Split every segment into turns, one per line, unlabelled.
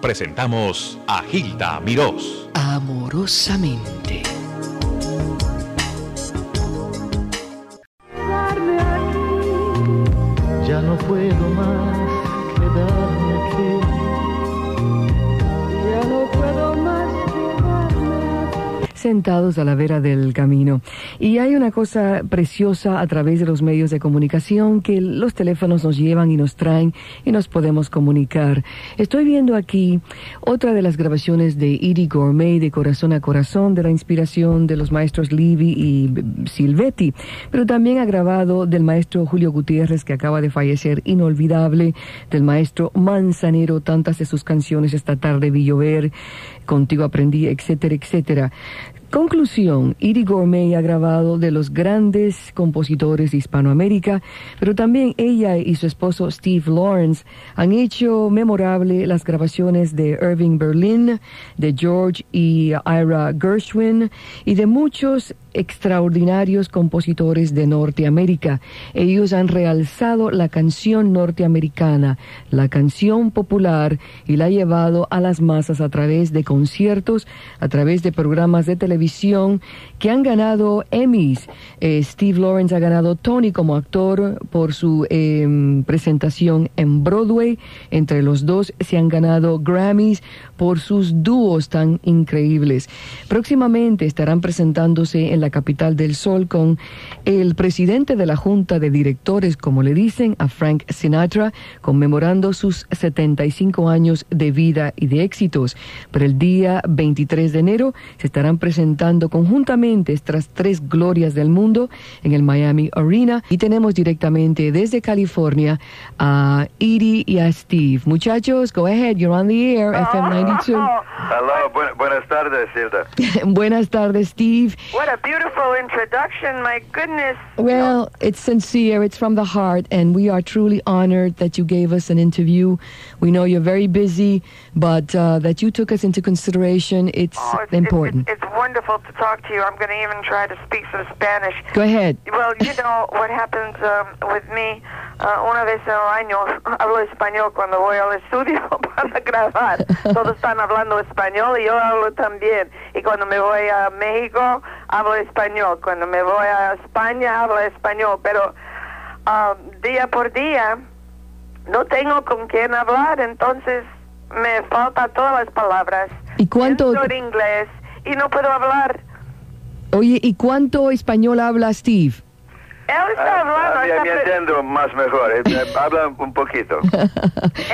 presentamos a Gilda Mirós.
amorosamente.
Ya no puedo más quedarme aquí. Ya no puedo más quedarme aquí.
sentados a la vera del camino. Y hay una cosa preciosa a través de los medios de comunicación que los teléfonos nos llevan y nos traen y nos podemos comunicar. Estoy viendo aquí otra de las grabaciones de Iri Gourmet de Corazón a Corazón, de la inspiración de los maestros Livi y mm, Silvetti, pero también ha grabado del maestro Julio Gutiérrez que acaba de fallecer, inolvidable, del maestro Manzanero, tantas de sus canciones esta tarde vi llover, contigo aprendí, etcétera, etcétera. Conclusión, Iri Gourmet ha grabado de los grandes compositores de Hispanoamérica, pero también ella y su esposo Steve Lawrence han hecho memorable las grabaciones de Irving Berlin, de George y Ira Gershwin y de muchos extraordinarios compositores de Norteamérica. Ellos han realzado la canción norteamericana, la canción popular y la ha llevado a las masas a través de conciertos, a través de programas de televisión que han ganado Emmys. Eh, Steve Lawrence ha ganado Tony como actor por su em, presentación en Broadway. Entre los dos se han ganado Grammys por sus dúos tan increíbles. Próximamente estarán presentándose en la capital del Sol con el presidente de la Junta de Directores, como le dicen, a Frank Sinatra, conmemorando sus 75 años de vida y de éxitos. Para el día 23 de enero se estarán presentando conjuntamente estas tres glorias del mundo en el Miami Arena y tenemos directamente desde California a Iri y a Steve. Muchachos, go ahead, you're on the air, FM 92.
Hello, bu- buenas tardes, Hilda.
Buenas tardes, Steve.
What a beautiful introduction, my goodness.
Well, it's sincere, it's from the heart, and we are truly honored that you gave us an interview. We know you're very busy, but uh, that you took us into consideration, it's
Oh, it's,
important.
It's, it's wonderful to talk to you. I'm going to even try to speak some Spanish.
Go ahead.
Well, you know what happens um, with me. Uh, una vez al año hablo español cuando voy al estudio para grabar. Todos están hablando español y yo hablo también. Y cuando me voy a México hablo español. Cuando me voy a España hablo español. Pero ah, día por día no tengo con quién hablar, entonces me faltan todas las palabras.
¿Y cuánto-
Pienso en inglés y no puedo hablar.
Oye, ¿y cuánto español habla Steve?
Él está hablando,
Ah, me,
está
me
pre-
entiendo más mejor. eh, eh, Habla un poquito.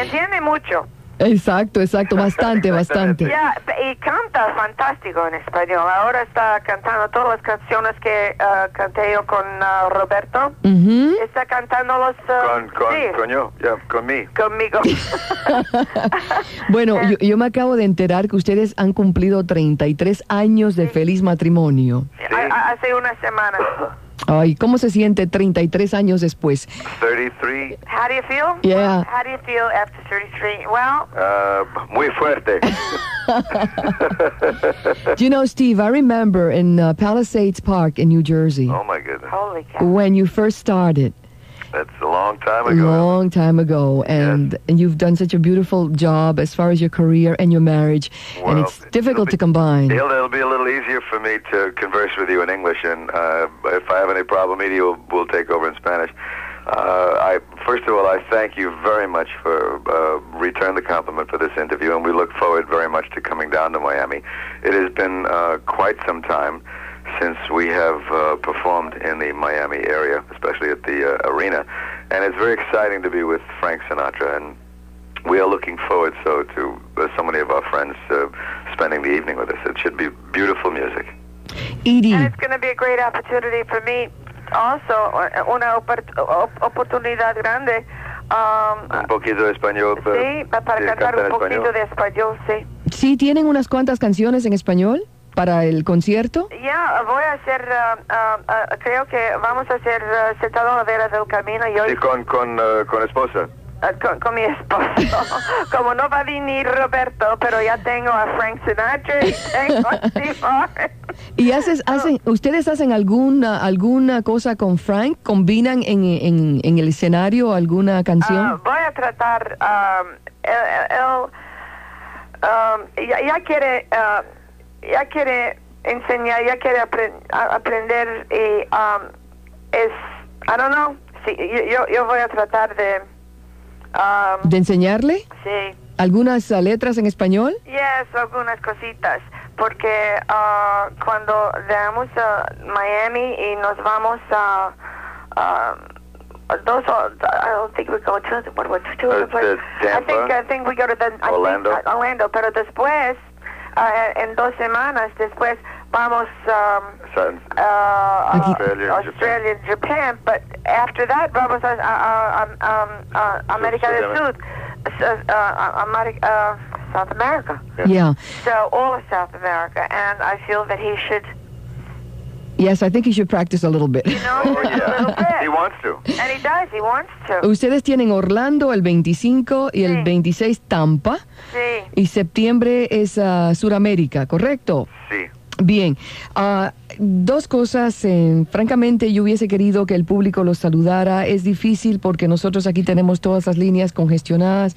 entiende mucho.
Exacto, exacto, bastante, bastante.
Ya, y canta fantástico en español. Ahora está cantando todas las canciones que ah, canté yo con ah, Roberto.
Ujú.
Está cantando los... ah,
Con, con,
sí,
con yo, ya, con mí.
conmigo.
Bueno, yo, yo me acabo de enterar que ustedes han cumplido 33 años de feliz matrimonio.
A- a- hace una semana.
Ay, ¿cómo se siente 33 años después?
33,
How do you feel?
Yeah.
How do you feel after 33? Well,
ah, muy fuerte.
Do you know, Steve, I remember in uh, Palisades Park in New Jersey.
Oh my goodness,
holy cow.
when you first started
that's a long time
Oh
a
ago.
long time ago and, and you've done such a beautiful job as far as your career and your marriage and
Well,
it's difficult to
it'll be-
combine
Hilda, it'll be a little easier for me to converse with you in English, and uh, if I have any problem, Edie will, will take over in Spanish. Uh, I first of all, I thank you very much for uh, return the compliment for this interview, and we look forward very much to coming down to Miami. It has been uh, quite some time since we have uh, performed in the Miami area, especially at the uh, arena, and it's very exciting to be with Frank Sinatra and. We are looking forward so to uh, so many of our friends uh, spending the evening with us. It should be beautiful music.
And
Edie
it's going to be a great opportunity for me. Also, uh, una opor- op- oportunidad grande. Um,
Un poquito de español.
sí, pa- para cantar un poquito de español, sí.
¿sí tienen unas cuantas canciones en español para el concierto?
Ya, voy a hacer, ah, ah, ah, creo que vamos a hacer ah, sentado a la vera del camino y hoy
Sí, con, con, uh, con esposa.
ah, con, con mi esposo. Como no va a venir Roberto, pero ya tengo a Frank Sinatra y tengo a Steve Harris.
¿Y haces, hacen, ustedes hacen alguna, alguna cosa con Frank? ¿Combinan en, en, en el escenario alguna
Ah,
canción?
voy a tratar, ah, um, él, él- él um, ya, ya quiere ah, ya quiere enseñar, ya quiere apre- a- aprender y um, es, I don't know, sí, yo, yo- yo voy a tratar de, um,
¿De enseñarle
sí,
algunas ah, letras en español?
yes, algunas cositas, porque ah, cuando dejamos ah, Miami y nos vamos a, ah, Those are, I don't think we go to the, what, what, to
Uh,
the place.
the
I think
Tampa,
I think we go to the I think,
Orlando.
uh, Orlando, pero después ah, en dos semanas después vamos um,
Sons-
uh, uh,
Australia,
Australia, Japan. But after that, vamos a, a, a, uh, um, uh, América
Sud-
del Sur, S- uh, uh, Ameri- uh, South America.
Yeah.
Yeah.
So all of South America, and I feel that he should,
Yes, I think you should practice a little bit.
you know,
Oh,
a little
yeah. he
bit.
wants to.
And he does. He wants to.
Ustedes tienen Orlando el 25 y el
Sí.
26 Tampa
See,
y septiembre es ah, Suramérica, ¿correcto?
See.
Bien, Ah, dos cosas, eh, francamente yo hubiese querido que el público los saludara, es difícil porque nosotros aquí tenemos todas las líneas congestionadas,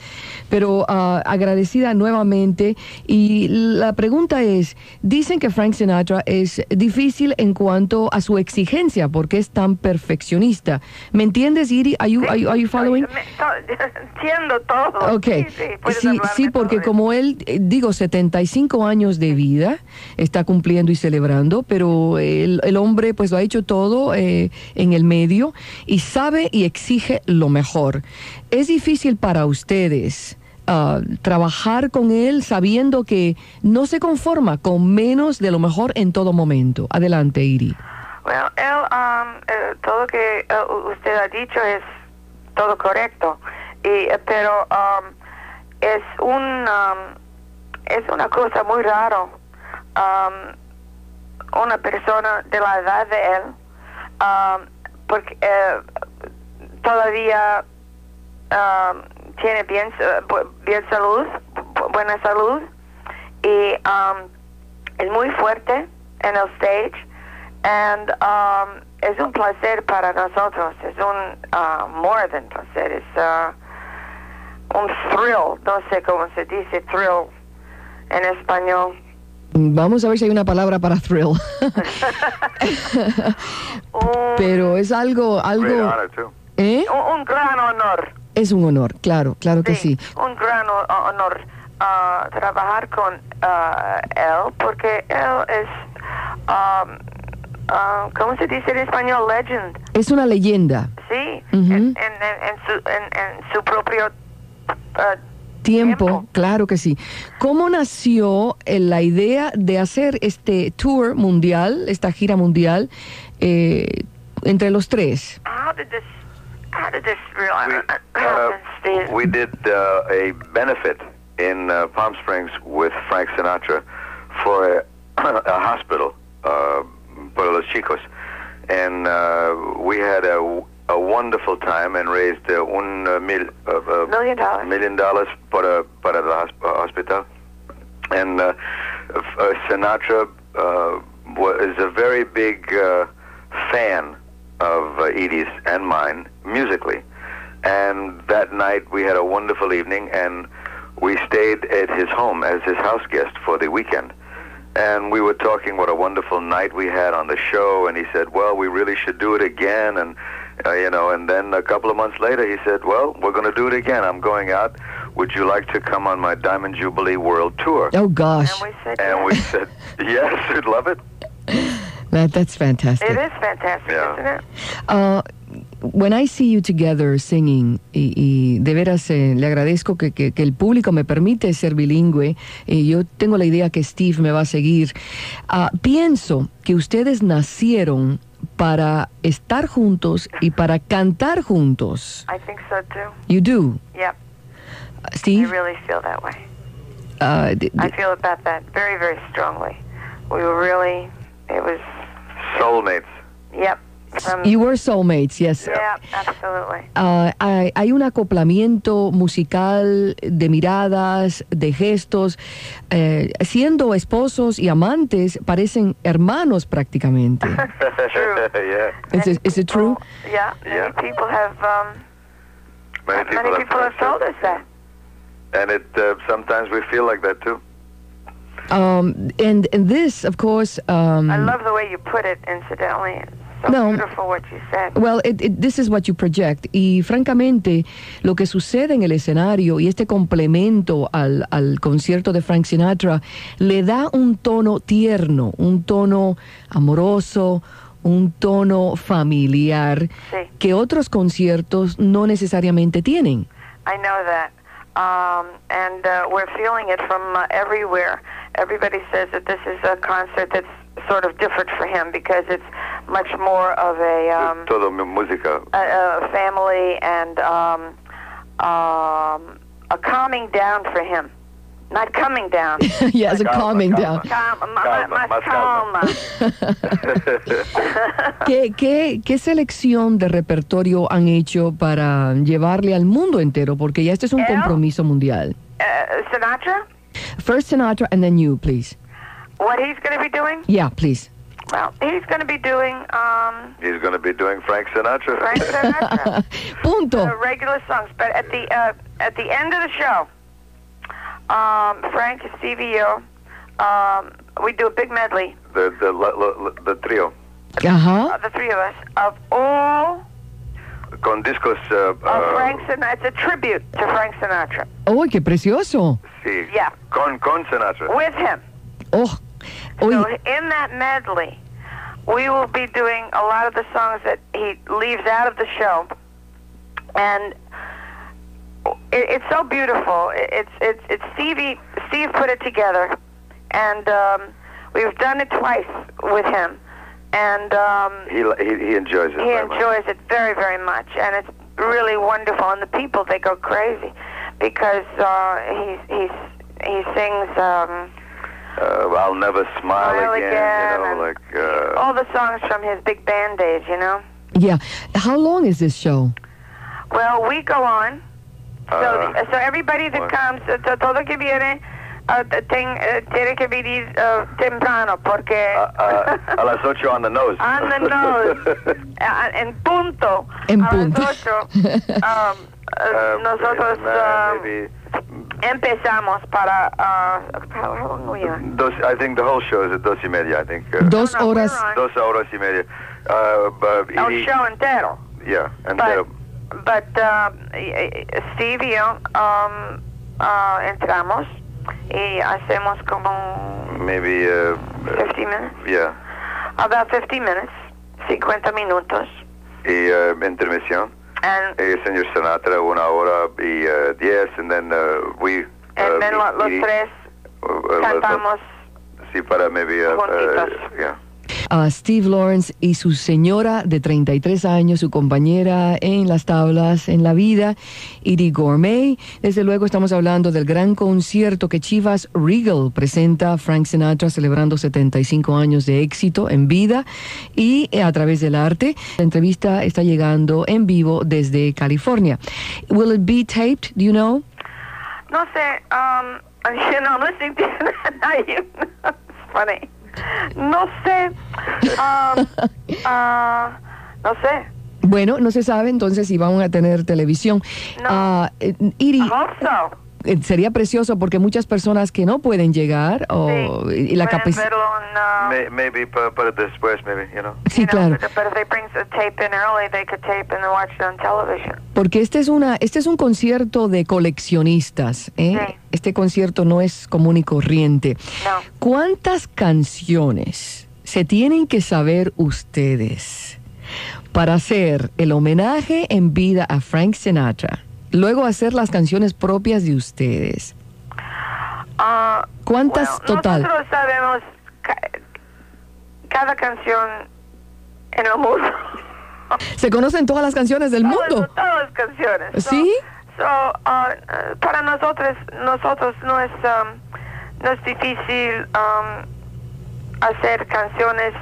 pero ah, agradecida nuevamente y la pregunta es, dicen que Frank Sinatra es difícil en cuanto a su exigencia porque es tan perfeccionista, ¿me entiendes Iri? Are you, are you- are you following?
Me- to- Entiendo todo.
Ok,
Sí, sí, puedes
sí,
hablarme
sí, porque
todo.
como él, eh, digo, 75 años de vida, está cumpliendo y celebrando, pero el, el hombre pues lo ha hecho todo eh, en el medio y sabe y exige lo mejor. Es difícil para ustedes. ah, trabajar con él sabiendo que no se conforma con menos de lo mejor en todo momento. Adelante, Iri.
Bueno, él, um, eh, todo lo que eh, u- usted ha dicho es todo correcto, y, eh, pero um, es, un, um, es una cosa muy raro. um, una persona de la edad de él, um, porque eh, todavía um, tiene bien, eh, bu- bien salud, bu- buena salud, y um, es muy fuerte en el stage and um, es un placer para nosotros es un uh, more than placer es uh, un thrill no sé cómo se dice thrill en español
Vamos a ver si hay una palabra para thrill.
un,
Pero es algo,
Great
algo,
honor, too.
¿eh?
un- un gran honor
Es un honor, claro, claro que sí.
un gran ho- honor ah, trabajar con ah, él porque él es um, ah, cómo se dice en español legend
Es una leyenda.
Sí,
Ujú.
en, en- en- en su, en, en su propio eh,
Tiempo,
Tiempo.
claro que sí. ¿Cómo nació eh, la idea de hacer este tour mundial, esta gira mundial, eh, entre los tres?
how did this how did this real
We,
uh,
uh,
happen, Steve?
we did uh, a benefit in uh, Palm Springs with Frank Sinatra for a, a hospital, uh, Puerto Los Chicos. And uh, we had a, a wonderful time and raised uh, un uh, mil, uh, uh,
Million dollars.
million dollars para, para the hos- uh, hospital. And uh, f- uh, Sinatra uh, wa- is a very big uh, fan of uh, Edie's and mine musically. And that night we had a wonderful evening, and we stayed at his home as his house guest for the weekend. And we were talking what a wonderful night we had on the show, and he said, "Well, we really should do it again." And uh, you know, and then a couple of months later, he said, "Well, we're going to do it again. I'm going out. Would you like to come on my Diamond Jubilee World Tour?"
Oh gosh,
and we said
And we
yes.
said, "Yes, we'd love it."
that- that's fantastic.
it is fantastic,
Yeah.
isn't it?
Uh, when I see you together singing, y, y de veras eh, le agradezco que, que- que el público me permite ser bilingüe, y yo tengo la idea que Steve me va a seguir, Ah, pienso que ustedes nacieron para estar juntos y para cantar juntos.
I think so too.
You do,
Yep, I
Steve.
really feel that way.
Ah, d-
I
d-
feel about that very, very strongly. We were really, it was,
Soulmates.
yep. From,
you were soulmates, yes.
yeah, absolutely.
Ah, hay, hay un acoplamiento musical de miradas, de gestos. Eh, siendo esposos y amantes, parecen hermanos prácticamente.
True.
yeah.
Is it-
Many
is it true?
people- Yeah, many
Yeah.
people have, um,
Many
many people have
said
told
that.
us that.
And it uh, sometimes we feel like that too.
Um, and, and this, of course. Um,
I love the way you put it, incidentally. It's so
No.
beautiful what you said.
Well, it- it- this is what you project. Y francamente, lo que sucede en el escenario y este complemento al, al concierto de Frank Sinatra le da un tono tierno, un tono amoroso, un tono familiar
Sí.
que otros conciertos no necesariamente tienen.
I know that. Um, and uh, we're feeling it from uh, everywhere. Everybody says that this is a concert that's sort of different for him because it's much more of a, um,
Todo mi- música.
a, a family and um, um, a calming down for him. Not coming down.
yes, a
Calma,
calming down.
calma.
Calm,
Calma, más
más, más
calma.
calma.
¿Qué, qué, qué selección de repertorio han hecho para llevarle al mundo entero? Porque ya este es un
Él.
compromiso mundial.
Uh, Sinatra,
First Sinatra and then you, please.
what he's going to be doing?
Yeah, please.
Well, he's going to be doing um,
He's going to be doing Frank Sinatra.
Frank Sinatra.
Punto.
the regular songs, but at the uh, at the end of the show, um, Frank CVO, um, we do a big medley,
the, the, la- la- la- the trio.
uh,
Ajá.
the three of us, of all
Con discos. Uh,
of
uh,
Oh, Frank Sinatra. It's a tribute to Frank Sinatra
¡Oh, qué precioso!
sí.
Yeah.
Con, con Sinatra.
with him.
¡Oh!
So
Oye,
in that medley, we will be doing a lot of the songs that he leaves out of the show, and it, it's so beautiful. It, it's it's it's Stevie Steve put it together, and um, we've done it twice with him, and um,
He, li- he, he enjoys it.
he
very much.
enjoys it very very much, and it's really wonderful. And the people they go crazy because uh, he's he's he sings. Um,
Uh, I'll never smile,
Smile
again.
again, Oh.
You
and-
know, like. Uh,
all the songs from his big band days, you know?
yeah. How long is this show?
Well, we go on. So,
Uh,
so everybody that
what?
comes, uh, to- todo que viene, uh, t- ten, uh, tiene que venir uh, temprano, porque
uh, uh, a las ocho on the nose.
on the nose, uh, en punto,
En
a
punto.
las ocho, um, uh,
Uh,
nosotros
uh,
um,
maybe
empezamos para, uh, how, how long are we on?
dos, I think the whole show is at dos y media. I think. Uh,
Dos
No, no, we're
horas.
on.
Dos horas y media. Uh, but
El
he-
show entero.
Yeah, and
But,
uh,
but um, eh, eh, Steve y yo um, ah, entramos y hacemos como un
maybe. Uh,
50 minutes,
yeah.
about 50 minutes, 50 minutos.
Y uh, intermisión.
And,
El señor Sinatra una hora y uh, diez, and then uh, we. uh,
and then lo- los
y-
tres
uh, uh, los-
cantamos.
Sí, para maybe. Uh, uh,
juntitos.
yeah.
a Steve Lawrence y su señora de 33 años, su compañera en las tablas, en la vida, Iri Gourmet. Desde luego estamos hablando del gran concierto que Chivas Regal presenta Frank Sinatra celebrando 75 años de éxito en vida y eh, a través del arte. La entrevista está llegando en vivo desde California. Will it be taped? Do you know?
No sé, um, you know, listening to you, it's funny. No sé, um, ah, no sé.
Bueno, no se sabe entonces si van a tener televisión.
No.
Ah, eh, Iri,
I hope so.
Eh, sería precioso porque muchas personas que no pueden llegar o
Sí,
Oh, y la
pueden
capacidad
verlo en, ah,
May, maybe pa- para después, maybe, you know.
sí
you know,
claro
But, but if they bring the tape in early, they could tape and then watch it on television.
porque este es una este es un concierto de coleccionistas ¿eh?
Sí.
este concierto no es común y corriente
No.
cuántas canciones se tienen que saber ustedes para hacer el homenaje en vida a Frank Sinatra luego hacer las canciones propias de ustedes
Ah,
cuántas
bueno,
total
Nosotros sabemos ca- cada canción en el mundo.
se conocen todas las canciones
Ah,
del mundo
Todas, todas las canciones. So-
¿Sí?
so, ah, eh, para nosotros, nosotros no es, um, no es difícil um, hacer canciones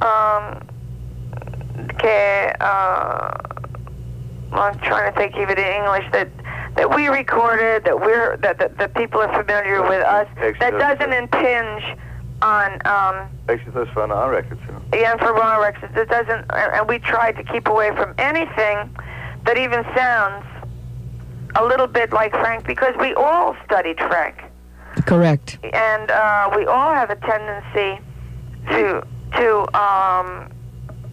um, que. ah, I'm trying to think of it in English that that we recorded that we're that that, that people are familiar with us that doesn't impinge on um
Actually, those were on our records, you know.
yeah for raw records it doesn't and and we try to keep away from anything that even sounds a little bit like Frank because we all studied Frank
Correct.
and uh, we all have a tendency to to um,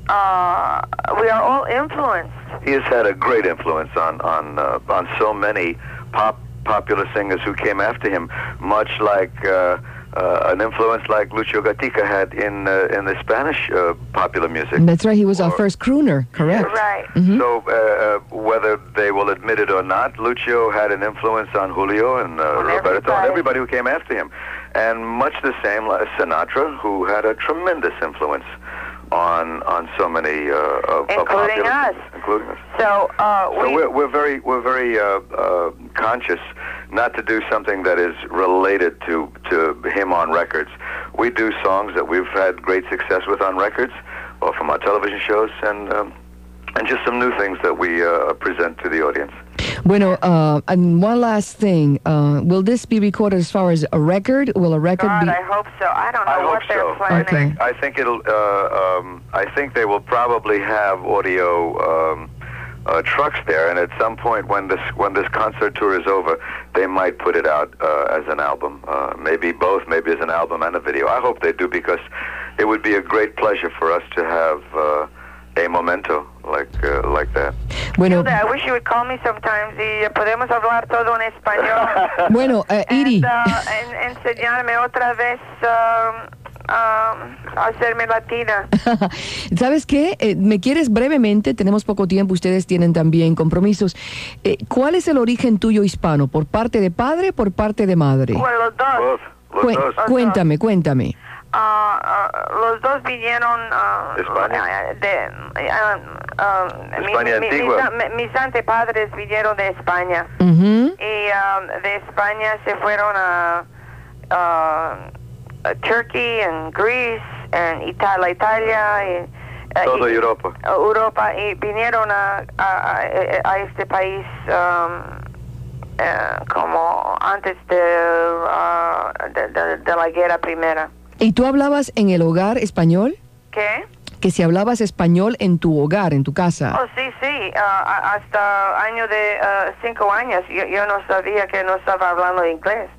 uh, we are all influenced.
He has had a great influence on on uh, on so many pop popular singers who came after him, much like. Uh, uh, an influence like Lucio Gatica had in uh, in the Spanish uh, popular music.
That's right. He was our
Or-
first crooner. Correct.
Right.
So uh, uh, whether they will admit it or not, Lucio had an influence on Julio and uh,
On
Roberto and
everybody.
everybody who came after him, and much the same like Sinatra, who had a tremendous influence on on so many uh, of, of
Including
popular-
us.
including us.
So, uh,
So
we
we're, we're very we're very uh, uh, conscious not to do something that is related to to him on records. We do songs that we've had great success with on records, or from our television shows, and um, and just some new things that we uh, present to the audience.
Bueno, uh, and one last thing. Uh, will this be recorded as far as a record? Will a record
God,
be?
I hope so. I don't know
I
what
hope
they're
so. I
planning.
think-
I think it'll. Uh, um, I think they will probably have audio um, uh, trucks there, and at some point when this when this concert tour is over, they might put it out uh, as an album. Uh, maybe both, maybe as an album and a video. I hope they do because it would be a great pleasure for us to have uh, a momento like uh, like that.
bueno,
Hilda, I wish you would call me sometimes y podemos hablar todo en español.
bueno, uh, Edie.
And, uh, en, enseñarme otra vez um, um, hacerme latina.
¿Sabes qué? Eh, ¿Me quieres brevemente? Tenemos poco tiempo, ustedes tienen también compromisos. Eh, ¿Cuál es el origen tuyo hispano? ¿Por parte de padre, por parte de madre?
Bueno, los dos.
Both, los
Cuen-
dos.
cuéntame, cuéntame.
Ah, ah, los dos vinieron ah,
De España.
ah, de ah, ah, mi-
España
mi-
antigua.
mis, a- mis antepadres vinieron de España
Ujú.
y ah, de España se fueron a, ah, a Turkey and Greece and Italia, Italia y, ah,
Todo
y-
Europa.
a Europa y vinieron a, a- a- a este país um, eh, como antes de, ah, de- de- de la guerra primera.
¿Y tú hablabas en el hogar español?
¿Qué?
Que si hablabas español en tu hogar, en tu casa.
Oh, sí, sí, ah, a- hasta año de ah, cinco años yo, yo no sabía que no estaba hablando inglés.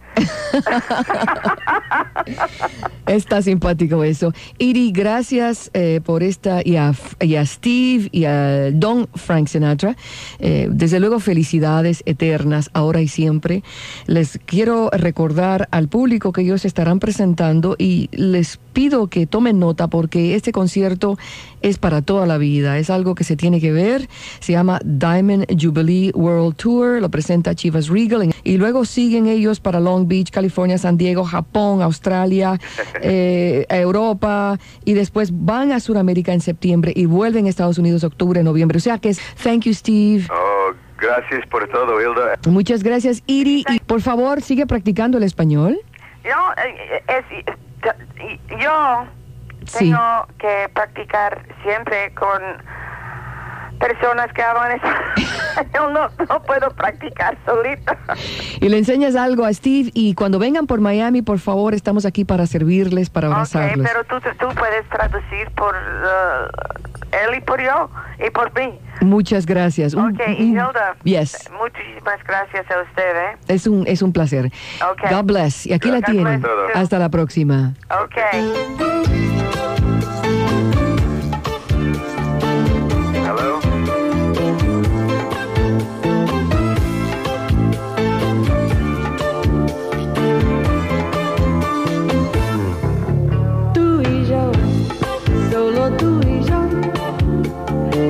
Está simpático eso. Iri, gracias eh, por esta y a, y a Steve y a Don Frank Sinatra. Eh, desde luego, felicidades eternas, ahora y siempre. Les quiero recordar al público que ellos estarán presentando y les pido que tomen nota porque este concierto es para toda la vida. Es algo que se tiene que ver. Se llama Diamond Jubilee World Tour. Lo presenta Chivas Regal. en- Y luego siguen ellos para Long Beach, California, San Diego, Japón, Australia, eh, Europa. Y después van a Sudamérica en septiembre y vuelven a Estados Unidos octubre, noviembre. O sea que es thank you, Steve.
Oh, gracias por todo, Hilda.
Muchas gracias, Iri. Y por favor, sigue practicando el español.
Yo, eh, es- yo
Sí.
tengo que practicar siempre con personas que hablan español. No, no puedo practicar solita.
Y le enseñas algo a Steve. Y cuando vengan por Miami, por favor, estamos aquí para servirles, para
Ok,
abrazarlos.
pero tú, tú puedes traducir por eh, él y por yo y por mí.
Muchas gracias. Un-
Ok, y
un-
Hilda,
Mm, Yes.
muchísimas gracias a usted, ¿eh?
Es un, es un placer.
Ok.
God bless. Y aquí la
God
tienen.
bless you.
Hasta la próxima.
Okay.
Hello.
Tú y yo, solo tú y yo,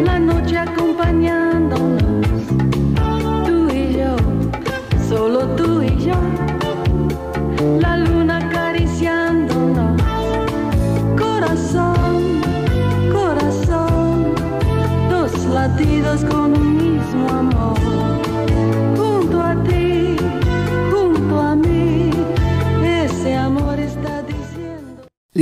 la noche acompañándonos. Tú y yo, solo tú y yo, la luna acariciándonos. Corazón, corazón, dos latidos con un mismo amor. Junto a ti, junto a mí, ese amor está diciendo.